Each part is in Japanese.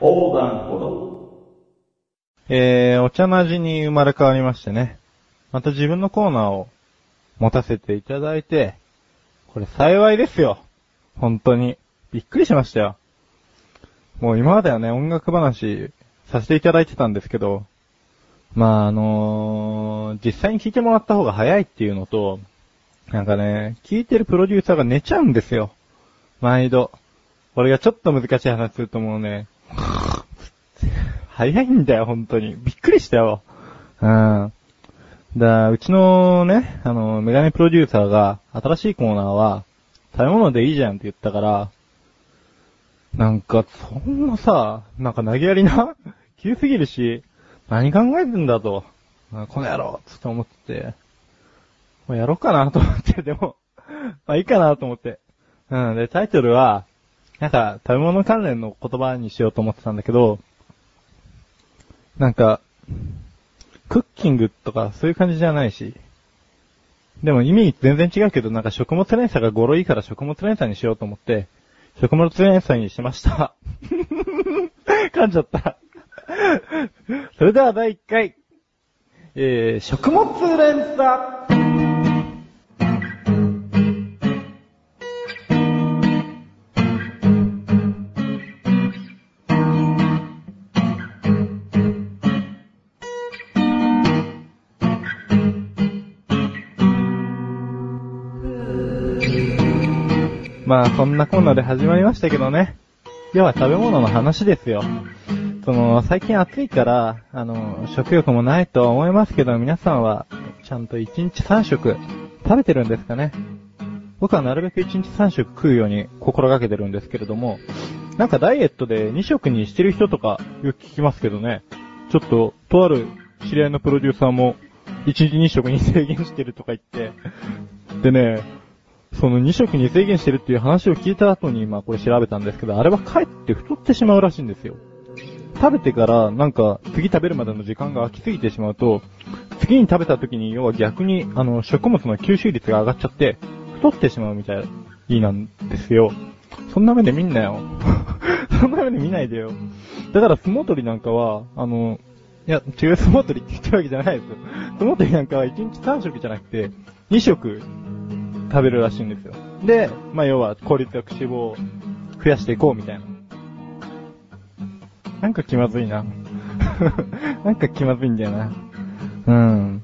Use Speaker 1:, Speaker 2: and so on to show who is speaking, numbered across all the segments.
Speaker 1: 横断歩道。
Speaker 2: えー、お茶なじに生まれ変わりましてね。また自分のコーナーを持たせていただいて、これ幸いですよ。本当に。びっくりしましたよ。もう今まではね、音楽話させていただいてたんですけど、まああのー実際に聞いてもらった方が早いっていうのと、なんかね、聞いてるプロデューサーが寝ちゃうんですよ。毎度。俺がちょっと難しい話するともうね、早いんだよ、本当に。びっくりしたよ。うん。だうちのね、あの、メガネプロデューサーが、新しいコーナーは、食べ物でいいじゃんって言ったから、なんか、そんなさ、なんか投げやりな 急すぎるし、何考えてんだと、あこの野郎つって思ってて、もうやろうかなと思って、 でも、まあいいかなと思って。うん、で、タイトルは、なんか、食べ物関連の言葉にしようと思ってたんだけど、なんか、クッキングとかそういう感じじゃないし、でも意味全然違うけど、なんか食物連鎖が語呂いいから食物連鎖にしようと思って、食物連鎖にしました。 噛んじゃった。 それでは第1回、えー、食物連鎖まあ、そんなコーナーで始まりましたけどね。要は食べ物の話ですよ。その、最近暑いから、あの、食欲もないとは思いますけど、皆さんは、ちゃんと1日3食食べてるんですかね僕はなるべく1日3食食うように心がけてるんですけれども、なんかダイエットで2食にしてる人とかよく聞きますけどね、ちょっと、とある知り合いのプロデューサーも、1日2食に制限してるとか言って、でね、その2食に制限してるっていう話を聞いた後に、まあこれ調べたんですけど、あれはかえって太ってしまうらしいんですよ。食べてから、なんか、次食べるまでの時間が空きすぎてしまうと、次に食べた時に、要は逆に、あの、食物の吸収率が上がっちゃって、太ってしまうみたいなんですよ。そんな目で見んなよ。 そんな目で見ないでよ。だから相撲取りなんかは、あの、いや、違う相撲取りって言ってるわけじゃないですよ。相撲取りなんかは1日3食じゃなくて、2食食べるらしいんですよ。で、まあ要は効率よく脂肪を増やしていこうみたいな。なんか気まずいな。 なんか気まずいんだよな。うん。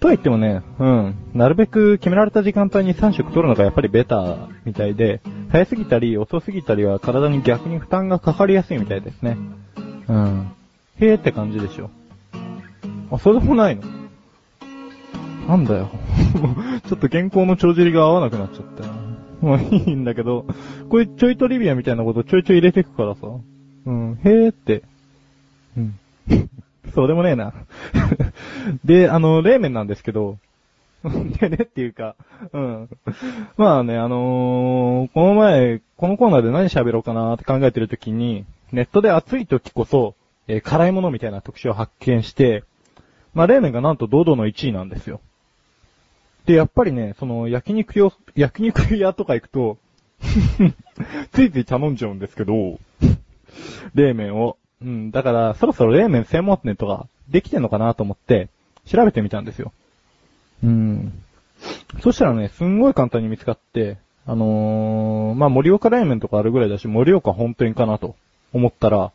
Speaker 2: とは言ってもね、うん。なるべく決められた時間帯に3食取るのがやっぱりベターみたいで、早すぎたり遅すぎたりは体に逆に負担がかかりやすいみたいですね。うん。へえって感じでしょ。あ、そうでもないのなんだよ。 ちょっと原稿の帳尻が合わなくなっちゃったよ。 まあいいんだけど、これちょいトリビアみたいなことちょいちょい入れてくからさ。うん、へーって。うん。 そうでもねえな。 で、あの、冷麺なんですけど、 でねっていうか、うん。まあね、あのーこの前、このコーナーで何喋ろうかなって考えてる時に、ネットで暑い時こそ、えー辛いものみたいな特集を発見して、まあ冷麺がなんと堂々の1位なんですよ。で、やっぱりね、その、焼肉用、焼肉屋とか行くと、 ついつい頼んじゃうんですけど、冷麺を。うん、だから、そろそろ冷麺専門店とか、できてんのかなと思って、調べてみたんですよ。うん。そしたらね、すんごい簡単に見つかって、あのー、まあ、盛岡冷麺とかあるぐらいだし、盛岡本店かなと思ったら、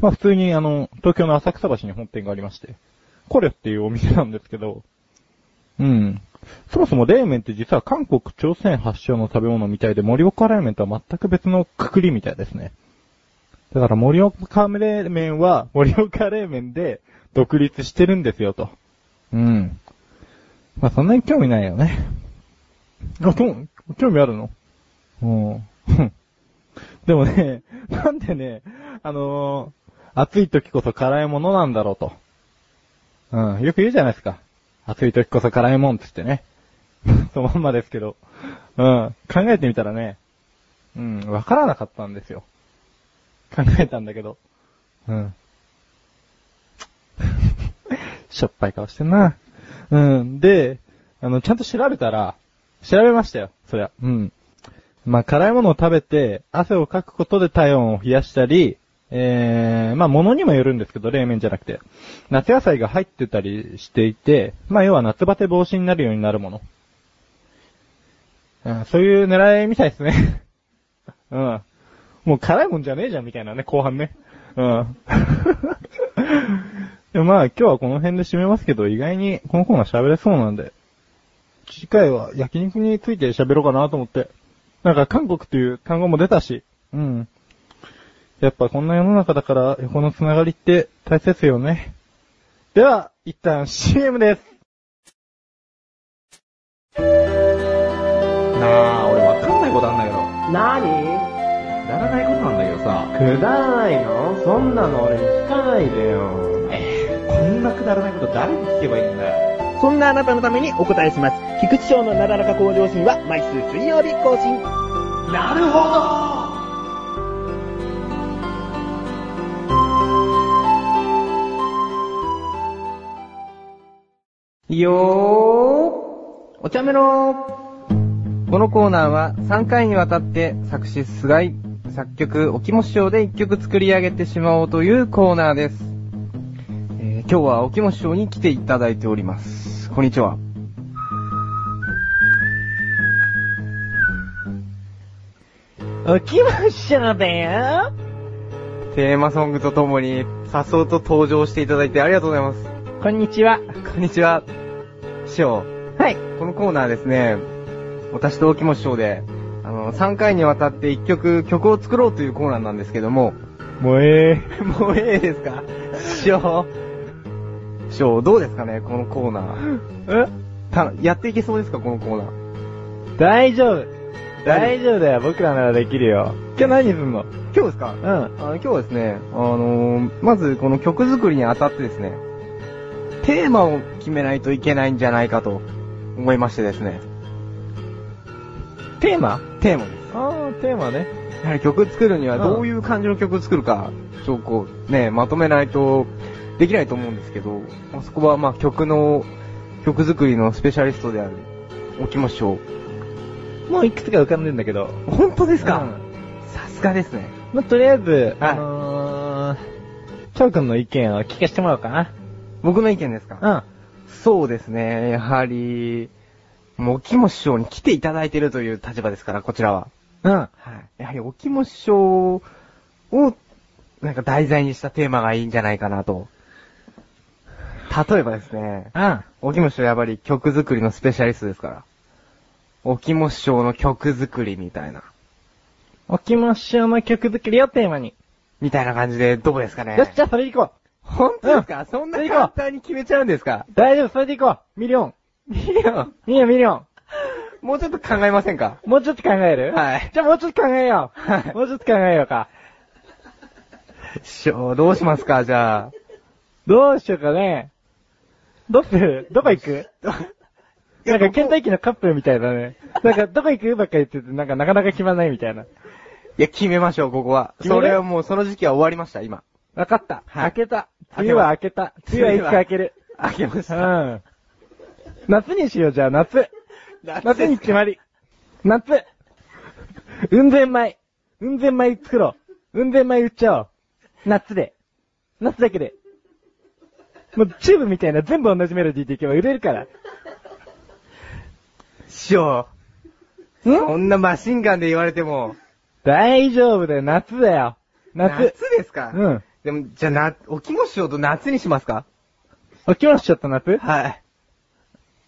Speaker 2: まあ、普通にあの、東京の浅草橋に本店がありまして、コレっていうお店なんですけど、うん。そもそも冷麺って実は韓国、朝鮮発祥の食べ物みたいで、盛岡冷麺とは全く別のくくりみたいですね。だから盛岡冷麺は、盛岡冷麺で独立してるんですよ、と。うん。まあ、そんなに興味ないよね。あ、興興味あるのうん。 でもね、なんでね、あのー暑い時こそ辛いものなんだろうと。うん、よく言うじゃないですか。暑い時こそ辛いもんっつってね。 そのまんまですけど。うん、考えてみたらね、うん、わからなかったんですよ。考えたんだけど。うん。 しょっぱい顔してんな。うん。で、あの、ちゃんと調べたら、調べましたよ。そりゃ。うん。まあ、辛いものを食べて、汗をかくことで体温を冷やしたり、えー、まあ物にもよるんですけど、冷麺じゃなくて。夏野菜が入ってたりしていて、まあ要は夏バテ防止になるようになるもの。うん、そういう狙いみたいですね。 うん。もう辛いもんじゃねえじゃんみたいなね、後半ね。うん。 でもまあ今日はこの辺で締めますけど、意外にこのコーナー喋れそうなんで、次回は焼肉について喋ろうかなと思って。なんか韓国という単語も出たし、うん。やっぱこんな世の中だから横のつながりって大切よね。では、一旦 CM です。
Speaker 1: なあ、俺わかんないことあんだけど。
Speaker 3: 何
Speaker 1: くだらないことなんだけどさ。
Speaker 3: くだらないのそんなの俺に聞かないでよ。
Speaker 1: えー、こんなくだらないこと誰に聞けばいいんだよ。
Speaker 4: そんなあなたのためにお答えします。菊池賞のなだらか向上心は毎週水曜日更新。
Speaker 1: なるほど
Speaker 5: いいよーお茶メロこのコーナーは3回にわたって作詞菅井、作曲おきも師匠で1曲作り上げてしまおうというコーナーです。えー今日はおきも師匠に来ていただいております。こんにちは。
Speaker 3: 起きましょうだよ。
Speaker 5: テーマソングとともに、さっそうと登場していただいてありがとうございます。
Speaker 3: こんにちは。
Speaker 5: こんにちは。師匠。
Speaker 3: はい。
Speaker 5: このコーナーですね、私と沖本師匠で、あの、3回にわたって1曲、曲を作ろうというコーナーなんですけども、
Speaker 2: もうえ
Speaker 5: もうええですか師匠。師匠、どうですかねこのコーナー。
Speaker 2: え
Speaker 5: たやっていけそうですかこのコーナー。
Speaker 2: 大丈夫。
Speaker 5: 大
Speaker 2: 丈夫だよ。僕らならできるよ。今日何すんの
Speaker 5: 今日ですか
Speaker 2: うん。
Speaker 5: あの今日はですね、あのーまずこの曲作りにあたってですね、テーマを決めないといけないんじゃないかと思いましてですね、
Speaker 2: テーマ
Speaker 5: テーマです。
Speaker 2: ああ、テーマね。
Speaker 5: やはり曲作るには
Speaker 2: うん
Speaker 5: どういう感じの曲作るか、ちょっとこうね、まとめないとできないと思うんですけど、まあそこはまあ曲の、曲作りのスペシャリストである、沖本師匠。
Speaker 2: もういくつか浮かんでんだけど。
Speaker 5: 本当です
Speaker 2: う
Speaker 5: か
Speaker 2: ん
Speaker 5: さすがですね。
Speaker 2: まあ、とりあえず、あのー、翔くんの意見を聞かせてもらおうかな。
Speaker 5: 僕の意見ですか
Speaker 2: うん。
Speaker 5: そうですね、やはり、もう沖本師匠に来ていただいているという立場ですから、こちらは。
Speaker 2: うん。
Speaker 5: はい。やはり沖本師匠を、なんか題材にしたテーマがいいんじゃないかなと。例えばですね、
Speaker 2: うん。
Speaker 5: 沖本師匠やっぱり曲作りのスペシャリストですから。沖本師匠の曲作りみたいな。
Speaker 2: おきましょうの曲作りをテーマに。
Speaker 5: みたいな感じでどうですかね。
Speaker 2: よし、じゃあそれでいこう。
Speaker 5: 本当ですか、そんな
Speaker 2: 行こう
Speaker 5: 簡単に決めちゃうんですか
Speaker 2: 大丈夫、それでいこう。ミリオン。
Speaker 5: いや、
Speaker 2: ミリオン、ミリオン。
Speaker 5: もうちょっと考えませんか
Speaker 2: もうちょっと考える
Speaker 5: はい。
Speaker 2: じゃあもうちょっと考えよう。
Speaker 5: はい
Speaker 2: もうちょっと考えようか。
Speaker 5: 師匠、どうしますかじゃあ。
Speaker 2: どうしようかね。どっくどこ行く なんか、倦怠期のカップルみたいだね。なんか、どこ行くばっかり言ってて、なんか、なかなか決まんないみたいな。
Speaker 5: いや、決めましょう、ここは。
Speaker 2: 決め
Speaker 5: そ
Speaker 2: る
Speaker 5: れはもう、その時期は終わりました、今。
Speaker 2: わかった。
Speaker 5: は
Speaker 2: 開
Speaker 5: い
Speaker 2: けた。冬は開けた。冬はいつか開ける。
Speaker 5: あげまし
Speaker 2: う
Speaker 5: た。
Speaker 2: ん。夏にしよう、じゃあ、夏。夏に決まり。夏。うんぜん米。うんぜん米作ろう。うんぜん米売っちゃおう。夏で。夏だけで。もうチューブみたいな全部同じメロディーでいけば売れるから。
Speaker 5: 師匠、そんなマシンガンで言われても、
Speaker 2: 大丈夫だよ、夏だよ。夏。
Speaker 5: ですか
Speaker 2: うん。
Speaker 5: でも、じゃあな、おきもしようと夏にしますか
Speaker 2: 起きましちゃった夏
Speaker 5: はい。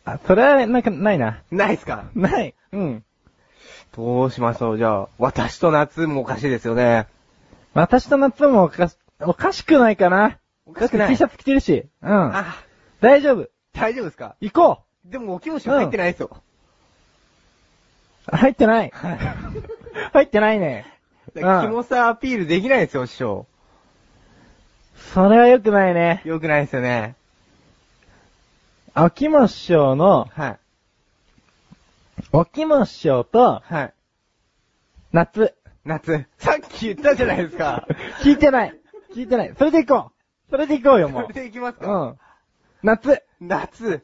Speaker 2: あ、それは、なんか、ないな。
Speaker 5: ないっすか
Speaker 2: ない。うん。
Speaker 5: どうしましょうじゃあ、私と夏もおかしいですよね。
Speaker 2: 私と夏もおかし、おかしくないかな。
Speaker 5: おかしく
Speaker 2: だっ
Speaker 5: ない
Speaker 2: て T シャツ着てるし。うん。
Speaker 5: あ、
Speaker 2: 大丈夫。
Speaker 5: 大丈夫ですか
Speaker 2: 行こ
Speaker 5: でもおきもし入ってないですよ。
Speaker 2: う。入ってない。 入ってないね。
Speaker 5: だから
Speaker 2: うん
Speaker 5: キモさアピールできないですよ、師匠。
Speaker 2: それは良くないね。
Speaker 5: よくないですよね。
Speaker 2: 秋も師匠の、
Speaker 5: はい。
Speaker 2: 秋も師匠と、
Speaker 5: はい。
Speaker 2: 夏。
Speaker 5: 夏。さっき言ったじゃないですか。
Speaker 2: 聞いてない。聞いてない。それで行こう。それで行こうよ、も
Speaker 5: こ
Speaker 2: う
Speaker 5: れ。でいきます
Speaker 2: う
Speaker 5: か
Speaker 2: ん。夏。
Speaker 5: 夏。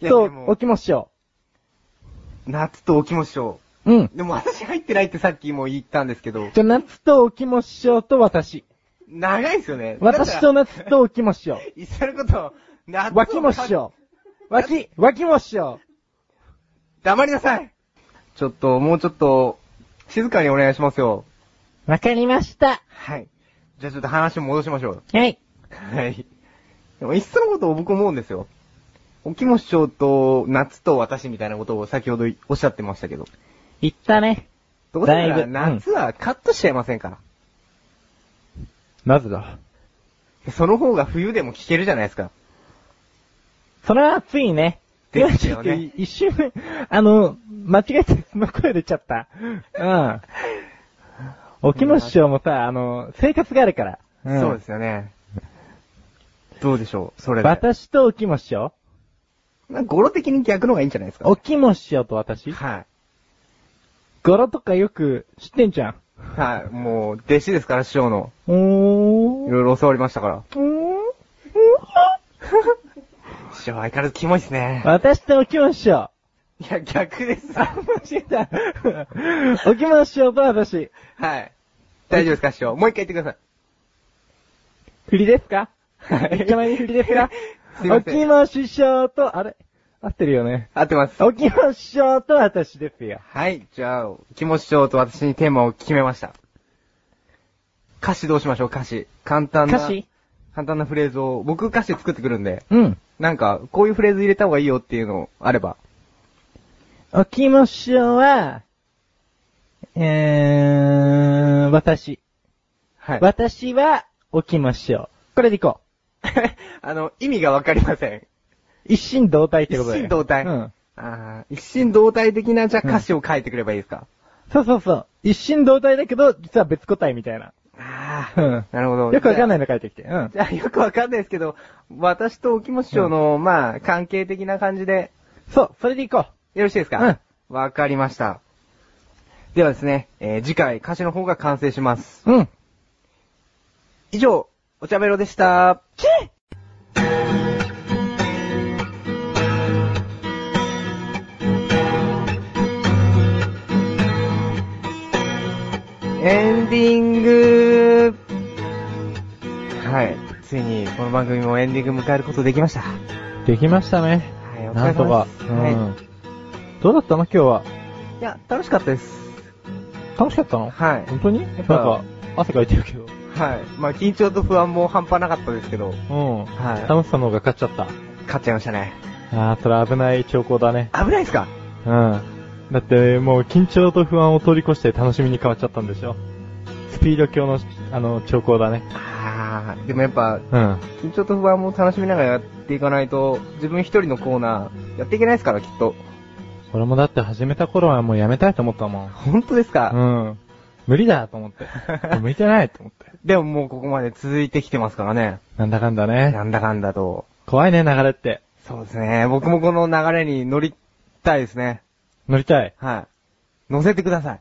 Speaker 5: いや、
Speaker 2: と
Speaker 5: で、も、
Speaker 2: 秋も師匠。
Speaker 5: 夏とおきもしよう。
Speaker 2: うん。
Speaker 5: でも私入ってないってさっきも言ったんですけど。
Speaker 2: じゃ、夏と沖も師匠と私。
Speaker 5: 長いんですよね。
Speaker 2: 私と夏と沖もっしょ。
Speaker 5: いっそのこと、夏を
Speaker 2: 脇もっしょ。脇、脇もっしょ。
Speaker 5: 黙りなさいちょっと、もうちょっと、静かにお願いしますよ。
Speaker 3: わかりました。
Speaker 5: はい。じゃあちょっと話戻しましょう。
Speaker 3: はい。
Speaker 5: はい。でも、いっそのことを僕思うんですよ。沖本師匠と夏と私みたいなことを先ほどいおっしゃってましたけど。
Speaker 3: 言ったね。
Speaker 5: どうせな
Speaker 3: だいぶ
Speaker 5: ら
Speaker 3: うん
Speaker 5: 夏はカットしちゃいませんから。
Speaker 2: なぜだ
Speaker 5: その方が冬でも聞けるじゃないですか。
Speaker 3: それは熱いね。
Speaker 5: ですよね
Speaker 2: 今ちょっと一瞬目、あの、間違えてその声出ちゃった。うん。沖野師匠もさ、あの、生活があるから。ん
Speaker 5: そうですよね。どうでしょうそれで。
Speaker 2: 私と沖野師匠
Speaker 5: なんか語呂的に逆の方がいいんじゃないですか。
Speaker 2: 沖野師匠と私
Speaker 5: はい。
Speaker 2: 語呂とかよく知ってんじゃん。
Speaker 5: はい。もう、弟子ですから、師匠の。
Speaker 2: お
Speaker 5: い
Speaker 2: ー。
Speaker 5: ろいろ教わりましたから。
Speaker 2: うー ん
Speaker 5: 師匠、相変わらずキモいっすね。
Speaker 2: 私と沖野師匠。
Speaker 5: いや、逆です。
Speaker 2: あ、間違えた。沖野師匠と私。
Speaker 5: はい。大丈夫ですか、師匠。もう一回言ってください。
Speaker 2: 振りですか
Speaker 5: はい
Speaker 2: 一枚に振りですか
Speaker 5: すいません
Speaker 2: 沖野師匠と、あれ合ってるよね。
Speaker 5: 合ってます。
Speaker 2: 沖野師匠と私ですよ。
Speaker 5: はい、じゃあ、気持ち長と私にテーマを決めました。歌詞どうしましょう、歌詞。簡単な。
Speaker 3: 歌詞
Speaker 5: 簡単なフレーズを、僕歌詞作ってくるんで、
Speaker 2: うん。
Speaker 5: なんか、こういうフレーズ入れた方がいいよっていうのあれば。
Speaker 2: 沖野師匠は、えー、私。
Speaker 5: はい。
Speaker 2: 私は、沖野師匠。これでいこ
Speaker 5: あの、意味がわかりません。
Speaker 2: う。一心同体って
Speaker 5: 一
Speaker 2: ことだよ
Speaker 5: 心同体。
Speaker 2: うん。
Speaker 5: あー一心同体的な、じゃあ歌詞を書いてくればいいですか。
Speaker 2: そうそうそう。一心同体だけど、実は別個体みたいな。
Speaker 5: あ
Speaker 2: う
Speaker 5: あ、
Speaker 2: ん。
Speaker 5: なるほど。
Speaker 2: よくわかんないの書いてきて。うん。
Speaker 5: じゃあ よくわかんないですけど、私と沖本師匠の、まあ、関係的な感じで、
Speaker 2: そう、それでいこ
Speaker 5: よろしいですかうん。わかりました。ではですね、えー次回歌詞の方が完成します。
Speaker 2: う。うん。
Speaker 5: 以上、お茶メロでした。エンディングはい。ついに、この番組もエンディング迎えることできました。は
Speaker 2: できましたね。
Speaker 5: い、お疲
Speaker 2: な
Speaker 5: れ
Speaker 2: んと
Speaker 5: 様
Speaker 2: か
Speaker 5: で。す。
Speaker 2: うん。どうだったの今日は。
Speaker 5: い。いや、楽しかったです。
Speaker 2: 楽しかったの
Speaker 5: はい。
Speaker 2: 本当になん
Speaker 5: っぱ
Speaker 2: か、汗かいてるけど。
Speaker 5: はい。まあ、緊張と不安も半端なかったですけど、
Speaker 2: うん。
Speaker 5: はい。
Speaker 2: 楽しさの方が勝っちゃった。
Speaker 5: 勝っちゃいましたね。
Speaker 2: あー、それ危ない兆候だね。
Speaker 5: 危ないですか
Speaker 2: うん。だって、もう緊張と不安を通り越して楽しみに変わっちゃったんでしょ。スピード強の、あの、兆候だね。
Speaker 5: あー、でもやっぱ、
Speaker 2: うん。
Speaker 5: 緊張と不安も楽しみながらやっていかないと、自分一人のコーナー、やっていけないですから、きっと。
Speaker 2: 俺もだって始めた頃はもうやめたいと思ったもん。
Speaker 5: 本当ですか、
Speaker 2: うん。無理だと思 って。向いてないと思って。
Speaker 5: でももうここまで続いてきてますからね。
Speaker 2: なんだかんだね。
Speaker 5: なんだかんだと。
Speaker 2: 怖いね、流れって。
Speaker 5: そうですね。僕もこの流れに乗りたいですね。
Speaker 2: 乗りたい。
Speaker 5: はい。乗せてください。っ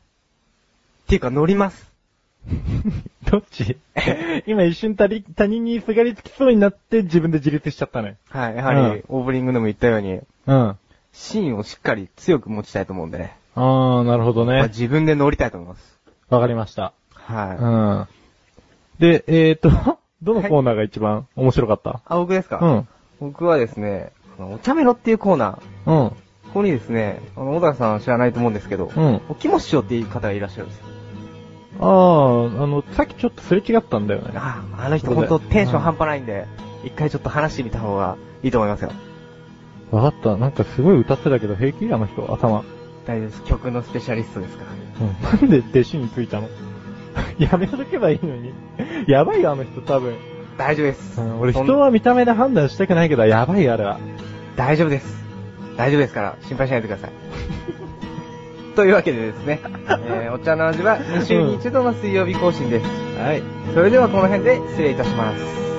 Speaker 5: ていうか、乗ります。
Speaker 2: どっち今一瞬他人他人にすがりつきそうになって自分で自立しちゃったね。
Speaker 5: はい。やはり、オープニングでも言ったように、
Speaker 2: うん。あ
Speaker 5: 芯をしっかり強く持ちたいと思うんでね。
Speaker 2: ー、なるほど
Speaker 5: まあ
Speaker 2: ね。
Speaker 5: 自分で乗りたいと思います。
Speaker 2: わかりました。
Speaker 5: は
Speaker 2: う
Speaker 5: い。
Speaker 2: ん。で、えーと、 どのコーナーが一番面白かった、
Speaker 5: あ、僕ですか、僕はですね、あのお茶メロっていうコーナー、
Speaker 2: うん。うん。
Speaker 5: ここにですね、あの、小田さんは知らないと思うんですけど、
Speaker 2: うん。
Speaker 5: おきも師匠っていう方がいらっしゃるんですよ。
Speaker 2: あー、あの、さっきちょっとすれ違ったんだよね。
Speaker 5: ああ、あの人
Speaker 2: そ
Speaker 5: ほ
Speaker 2: うんだよ
Speaker 5: とテンション半端ないんで、一回ちょっと話してみた方がいいと思いますよ。
Speaker 2: わかった。なんかすごい歌ってたけど平気あの人、頭。
Speaker 5: 大丈夫です。曲のスペシャリストですから。
Speaker 2: うん。 なんで弟子についたの やめとけばいいのに。 やばいよ、あの人多分。
Speaker 5: 大丈夫です。
Speaker 2: うん、俺
Speaker 5: そん
Speaker 2: 人は見た目で判断したくないけど、やばいよ、あれは。
Speaker 5: 大丈夫です。大丈夫ですから、心配しないでください。 というわけでですね、えーお茶の味は2週に1度の水曜日更新です。
Speaker 2: はい。
Speaker 5: それではこの辺で失礼いたします。